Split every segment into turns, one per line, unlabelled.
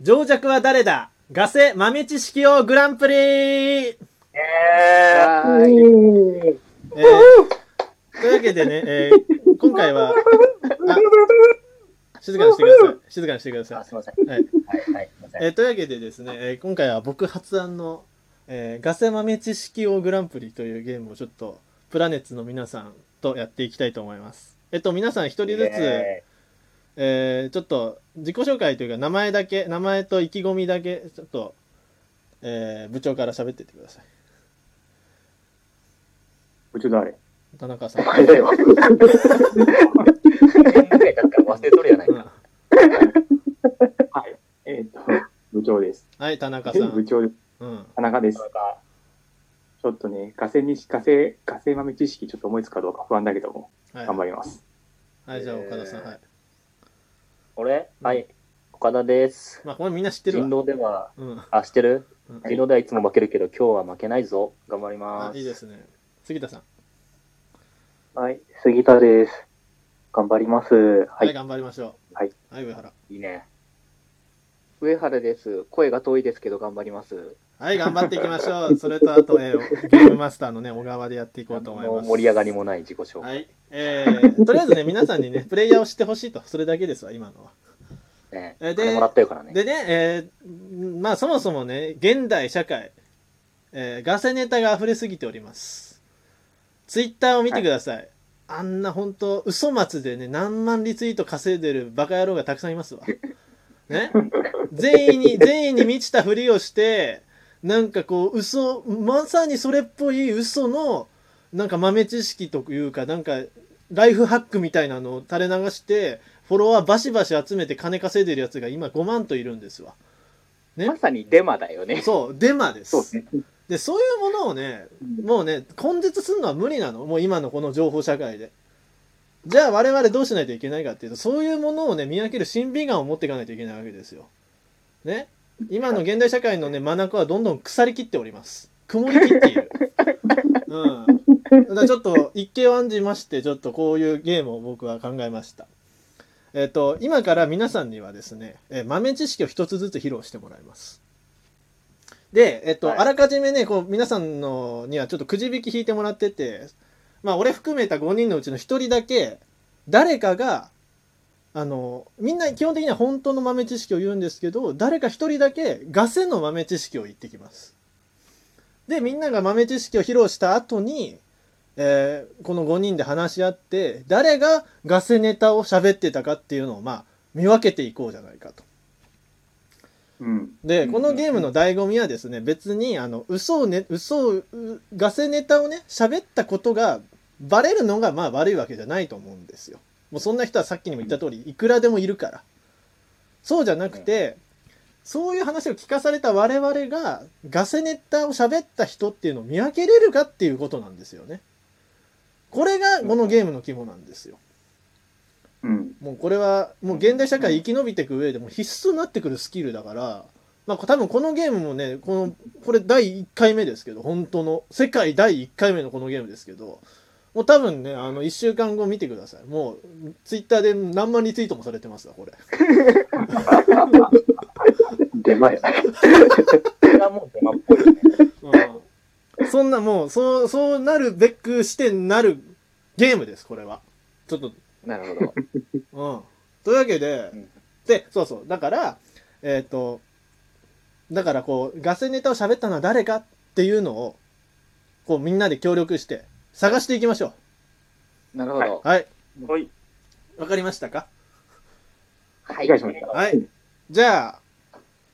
情弱は誰だガセ豆知識王グランプリ、え
えー、
うん
ーというわけでね、えー今回は、あ静かにしてください。静かにしてくだ
あ
さ
すみません。
い。はい。
はい、はい、すみません。
えーというわけでですね、えー今回は僕発案の、えーガセ豆知識王グランプリというゲームをちょっと、プラネッツの皆さんとやっていきたいと思います。えっと、皆さん一人ずつ、
え
えーちょっと自己紹介というか名前だけ名前と意気込みだけちょっと、えー部長から喋ってってください
部長誰
田中さん、
あれだよ。
ー、考えたから忘れとるやない
うん
か。
はい。えっ、と、部長です。
はい田中さ
部
ん、
長です、
うん、
田中です
な。んか
ちょっとね、火星にし、火星、火星豆知識ちょっと思いつくかどうか不安だけども、
はい
頑張ります。
はいじゃあ岡田さんはい
俺はい、岡田です。
まあこれみんな知ってる
人
わ、
狼では、
うん
あ、してる
うん
人狼ではいつも負けるけど、今日は負けないぞ。頑張り
あ
ます。
いいですね杉田さん
はい、杉田です。頑張ります。は
はい、
い。
頑張りましょう
はい、
はい、上原
いいね。
上原です。声が遠いですけど頑張ります。
はい頑張っていきましょう それとあと、えーゲームマスターのね小川でやっていこうと思い
も
ま
う
す
盛り上がりもない自己紹
は
介。
いえー、とりあえずね皆さんにねプレイヤーを知ってほしいとそれだけですわ今のは
ね、
えで
金もらったよからね。
でね、えーまあそもそもね、現代社会、えーガセネタが溢れすぎております。ツイッターを見てください。あんな本当嘘松でね、何万リツイート稼いでるバカ野郎がたくさんいますわ。ね善意に、善意に満ちたふりをして、なんかこう、嘘、まさにそれっぽい嘘の、なんか豆知識というか、なんか、ライフハックみたいなのを垂れ流して、フォロワーバシバシ集めて金稼いでるやつが今5万といるんですわ。ね
まさにデマだよね。
そう、デマです。
そうですね。
で、そういうものをね、もうね、根絶するのは無理なの。もう今のこの情報社会で。じゃあ我々どうしないといけないかっていうと、そういうものをね、見分ける審美眼を持っていかないといけないわけですよ。ね今の現代社会のね、真中はどんどん腐りきっております。曇りきっている。うん。だからちょっと一計を案じまして、ちょっとこういうゲームを僕は考えました。えっ、と、今から皆さんにはですね、えー豆知識を一つずつ披露してもらいます。で、えっ、と、
はい
あらかじめね、こう、皆さんのにはちょっとくじ引き引いてもらってて、まあ、俺含めた5人のうちの1人だけ、誰かが、あの、みんな基本的には本当の豆知識を言うんですけど、誰か1人だけガセの豆知識を言ってきます。で、みんなが豆知識を披露した後に、えーこの5人で話し合って誰がガセネタを喋ってたかっていうのをまあ見分けていこうじゃないかと。
うん。
でこのゲームの醍醐味はですね別にあの嘘をね嘘をうガセネタをね喋ったことがバレるのがまあ悪いわけじゃないと思うんですよ。もうそんな人はさっきにも言った通りいくらでもいるから。そうじゃなくてそういう話を聞かされた我々がガセネタを喋った人っていうのを見分けれるかっていうことなんですよね。これがこのゲームの肝なんですよ。
うん。
もうこれはもう現代社会生き延びていく上でも必須になってくるスキルだから、まあ、多分このゲームもねこのこれ第1回目ですけど本当の世界第1回目のこのゲームですけどもう多分ねあの1週間後見てくださいもうツイッターで何万リツイートもされてますわこれ
出前や。
これはもうデマっぽいよね。
うんそんなもうそうそうなるべくしてなるゲームですこれはちょっと
なるほど。
うん。というわけで、
うん
で、そうそう。だから、えっ、と、だからこう、ガセネタを喋ったのは誰かっていうのを、こうみんなで協力して探していきましょ
なるほ
ど
ど
う。。はい。
はい。
わかりましたか
は
理
い。
解しました。
はい。じゃあ、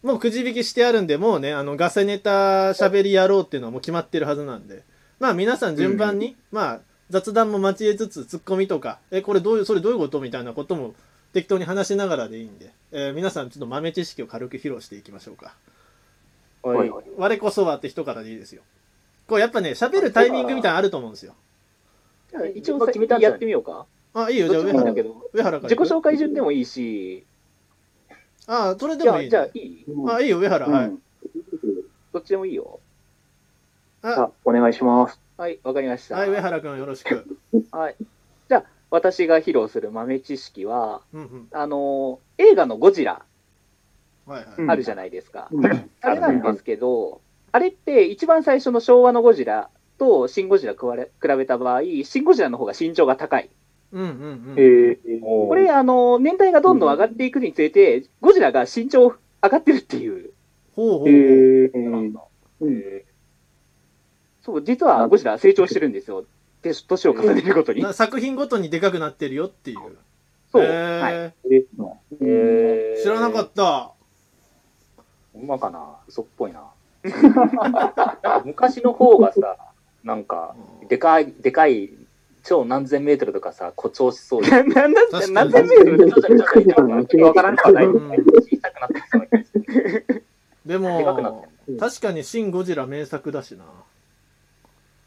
もうくじ引きしてあるんで、もうね、あの、ガセネタ喋りやろうっていうのはもう決まってるはずなんで、まあ皆さん順番に、まあ雑談も交えつつ、ツッコミとか、え、これどういう、それどういうことみたいなことも適当に話しながらでいいんで、えー皆さんちょっと豆知識を軽く披露していきましょうか。
おい、
我こそはって人からでいいですよ。こうやっぱね、喋るタイミングみたいなのあると思うんですよ。
一応
僕決めたんじ
や
ゃない
ってみようか。
あ、いいよ、じゃ
ど
あ
っち
上
もだ
原
けど。
上原から
自
行
己
く。
紹介順でもいいし。
ああ、それで
じゃ
も
あ、
いい、
じゃあ
ね。
いい
あ、いいよ、上原。はい。
うん
どっちでもいいよ。
さ
あ、
あ、お願いします。
はい、わかりました。
はい、上原くんよろしく。
はい。じゃあ、私が披露する豆知識は、
うんうん。
あの、映画のゴジラ。
はいはい。
うん
あるじゃないですか。
うん
あれなんですけど、あれって一番最初の昭和のゴジラとシン・ゴジラ比べ比べた場合、シン・ゴジラの方が身長が高い。
うんうんうん。
えー、
こ
こ
れ、あの、年代がどんどん上がっていくにつれて、ゴジラが身長上がってるっていう。
ほうほうほ
え
う。
ー、
うんそう、実はゴジラは成長してるんですよ。で年を重ねるごとに
な。作品ごとにでかくなってるよっていう。
そう。
へ
はい。
ー
え
知らなかった。
ほんまかな嘘っぽいな。昔の方がさ、なんか、でかい、でかい、超何千メートルとかさ、誇張しそうで。
た。なんだ
確かに
何千メートル
徐々に徐々にわからんくはない。
うん
小さくなってきそうな気がする。
で
でかくなっ
も
て、
確かに「シン・ゴジラ」名作だしな。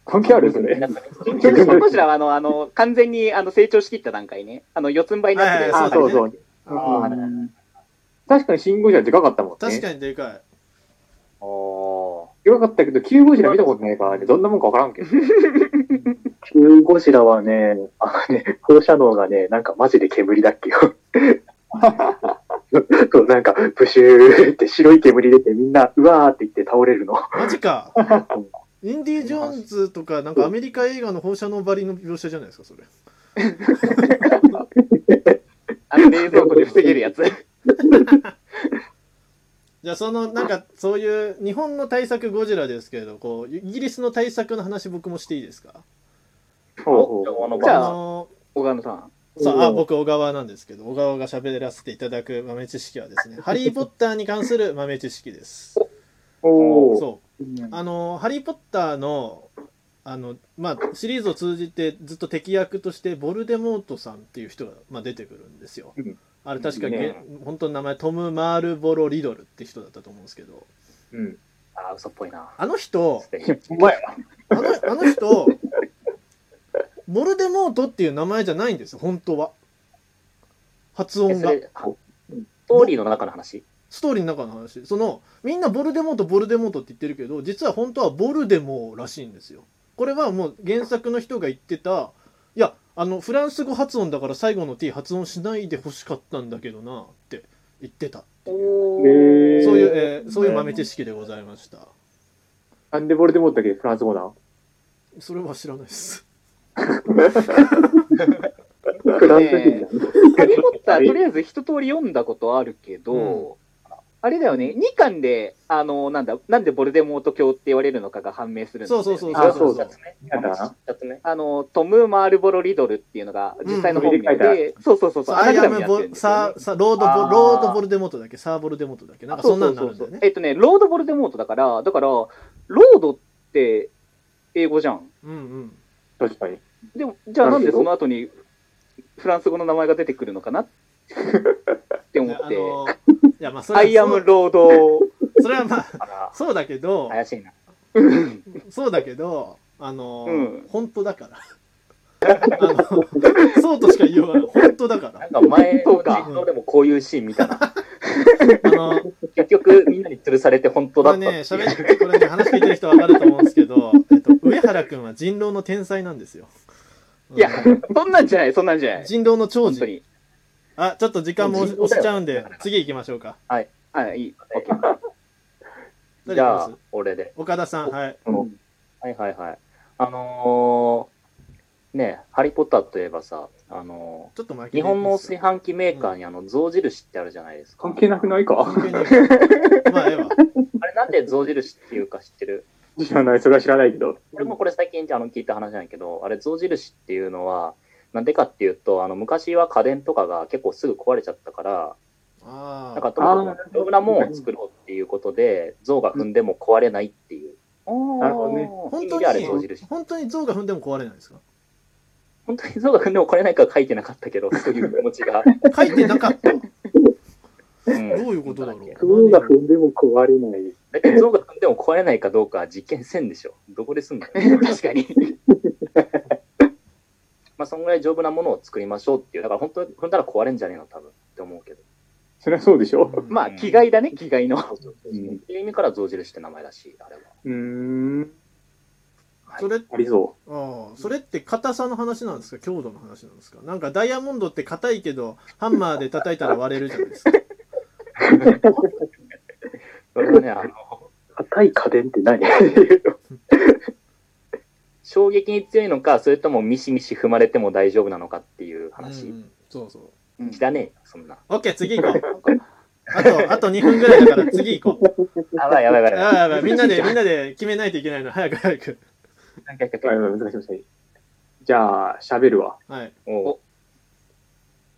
関係あるそれ。
なんかね
身長のゴジラはあの、あの、完全にあの成長しきった段階ね。あの、四つん這いになってる。
はいは
あ、
いそ
そうう
だ
そ
ね
う。
あー
うん確かにシンゴジラでかかったもんね。
確かにでかい。
おー
でかかったけど、キューゴジラ見たことないからね、どんなもんかわからんけど。
キューゴジラはね、あのね、放射能がね、なんかマジで煙だっけ よ。そう、なんか、ブシューって白い煙出てみんな、うわーって言って倒れるの。
マジか。インディ・ジョーンズとか、なんかアメリカ映画の放射能ばりの描写じゃないですか、それ。
あの冷蔵庫で防げるやつ。
じゃあ、その、なんか、そういう、日本の対策ゴジラですけれど、こう、イギリスの対策の話、僕もしていいですか
ほうほう
昭和の
じ
あ
ゃ
場合
の
小川野さん。
そうあ僕小川なんですけど小川が喋らせていただく豆知識はですね「ハリー・ポッター」に関する 豆知識です。
おー
そうあの「ハリー・ポッターの」あの、まあ、シリーズを通じてずっと敵役としてボルデモートさんっていう人が、まあ、出てくるんですよ。
うん
あれ確か、
ね
げ本当の名前トム・マールボロ・リドルって人だったと思うんですけど
うん。
あー、嘘っぽいな。
あの人
お前、
あのあの人ボルデモートっていう名前じゃないんですよ本当は。発
え
音
そ
が。
れはストーリーの中の話
ストーリーの中の話そのみんなボルデモートボルデモートって言ってるけど実は本当はボルデモーらしいんですよこれはもう原作の人が言ってたいやあのフランス語発音だから最後の T 発音しないでほしかったんだけどなって言ってたっていう
ー
そういう、えーそういう豆知識でございました
なんでボルデモートだけフランス 語なん
それは知らないです
フランス人だ。
ハリー・ポッター、とりあえず一通り読んだことあるけど、あれだよね、2巻で、あの、なんだ、なんでボルデモート教って言われるのかが判明するんだよね
そうそうそう
そうそう
二つ目
なんだ
二つ目
あの、トム・マールボロ・リドルっていうのが、実際の本名
うん
で、そうそうそうそう、ア
ア
ナ
イ
グ
ア
ラム
ム
やって
ボ
るん
ル
ですよ
サ
ね
ーサロードボ
あー
ロードボルデモートだっけサーボルデモートだっけなんかそんなんなるんだ
そう
よ
そうそう
ね
えっとね、ロード・ボルデモートだから、だから、ロードって英語じゃん。
うんうん
確かに。
でも、じゃあなんでその後に、フランス語の名前が出てくるのかなって思っ
であ
て、
のいやまあそ
ア
れ
イア
はそ
ム・
う
ロード。
それはまあ
あら
そうだけど、
怪しいな
そうだけど、あのー、
うん
本当だから。あのそうとしか言わない。本当だか
な
ら
ん。か前
そ
の
うか
人でもこういうシーン見たな
あのー、
結局みんなに吊るされて本当
こ
だ
れ
った
ね、
っていう
喋って、これね、話聞いてる人わかると思うんですけど、えっと、上原くんは人狼の天才なんですよ。うん
いや、そんなんじゃない、そんなんじゃない。
人狼の超
本当
人。
に。
あ、ちょっと時間も
人狼だよ
押しちゃうんで、次行きましょうか。
あ、いい。オッケー
誰
じゃ
行き
あ
ます
俺で
岡田さん、はい。
はいはいはいあのーねハリー・ポッターといえばさあの
ちょっと前
ー日本の炊飯器メーカーにあの象印ってあるじゃないですか
関係なくないか
関係ないまあ、ええわ。
あれなんで象印っていうか知ってる
知らない、それは知らないけど。
俺もこれ最近あの聞いた話なんやけど、あれ象印っていうのは、なんでかっていうと、あの昔は家電とかが結構すぐ壊れちゃったから、
あ
なん
あ。
かともかく丈夫なものを作ろうっていうことで、象が踏んでも壊れないっていう。
なるほどね
本
意
当
味であれ象
に
印、。
本当に象が踏んでも壊れないですか
本当に 象が踏んでも壊れないから書いてなかったけど、そういう気持ち が。
書いてな かった。
う。
どうんいうことだろう。
雲が踏んでも壊れない。
だけど象が踏んでも壊れないかどうかは実験せんでしょ。どこですんの
確かに。
まあ、そんぐらい丈夫なものを作りましょうっていう。だから本当に踏んだら壊れんじゃねえの、多分って思うけど。
そりゃそうでしょ。
うん
まあ、気概だね、気概の。
そうそうそう
うん
っていう意味から象印って名前らしい、あれ は。
うーん。
それ
ありそ
ああそれって硬さの話なんですか強度の話なんですかなんかダイヤモンドって硬いけどハンマーで叩いたら割れるじゃないですか
それはね、あの、
硬い家電って何
衝撃に強いのか、それともミシミシ踏まれても大丈夫なのかっていう
う
話。
ん、そうそう。
知らねえよ、そんな。
OK、次行こう。あと、あと2分ぐらいだから次行こう。
やばいやばいやばい。
ああ、やばいみんなで、みんなで決めないといけないの。早く早く。
あ難しい難しい。じゃあ、喋るわ。
はい。
おう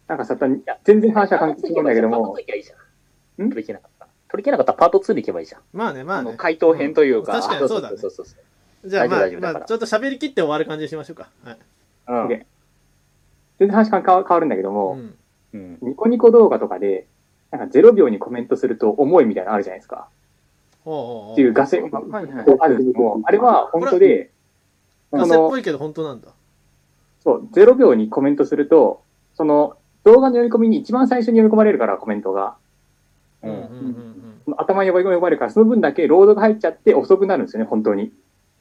なんかさた、全然話は関係ないんだけども、
取り切れなかった取り切れなかった。取り切れなかったらパート2でいけばいいじゃん。
まあね、ま
あ
あ
の
ね。
回答編というか、
うん確かにそうだね
そうそうそう
じゃあ、まあ
大丈夫大丈、夫
ま
だか
あ、
ら
ちょっと喋り切って終わる感じにしましょうか。はい。
そう。うん
OK 全然話は変わ変わるんだけど
う
も、
ん。
うん。
ニコニコ動画とかで、なんか0秒にコメントすると重いみたいなのあるじゃないですか。
おうおうおう
っていうガセ、ま
はいはい。
あるんですけども、あれは本当で、そ
ガセっぽ
の、
いけど本当なんだ。
そう、0秒にコメントすると、その、動画の読み込みに一番最初に読み込まれるから、コメントが。
う
うんん
うんうん
頭に呼ばれるから、その分だけロードが入っちゃって遅くなるんですよね、本当に。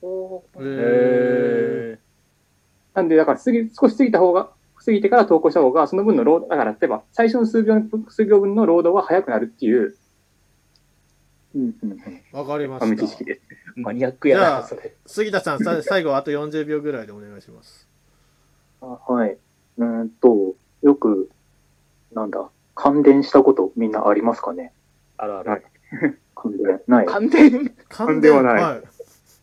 うん。へえ。
え
なんで、だから過ぎ、少し過ぎた方が、過ぎてから投稿した方が、その分のロード、だから、例えば、最初の数秒の、数秒分のロードは早くなるっていう、
うんうん
わかりま
豆知
し
識
た。
です。
マニアックや
じゃあ
な、それ。
杉田さん、さ最後あと40秒ぐらいでお願いします。
はい。うーんと、よく、なんだ、感電したことみんなありますかね
あるあ
はい
る。
感電ない。
完全
勘
ではない
い。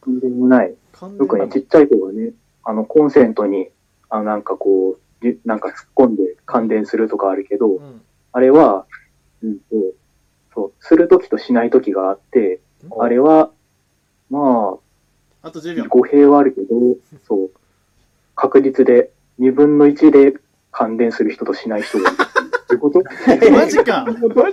感電もない。
勘で
よ
は
く
な
ね、
い。
ちっちゃい子がね、あの、コンセントに、あなんかこう、じなんか突っ込んで感電するとかあるけど
う、ん。
あれは、うんと、そう、するときとしないときがあって、
お
あれは、ま
あと10
あ
秒、。
語弊はあるけど、そう、確率で2分の1で感電する人としない人がいる。ってこと
マジか
マ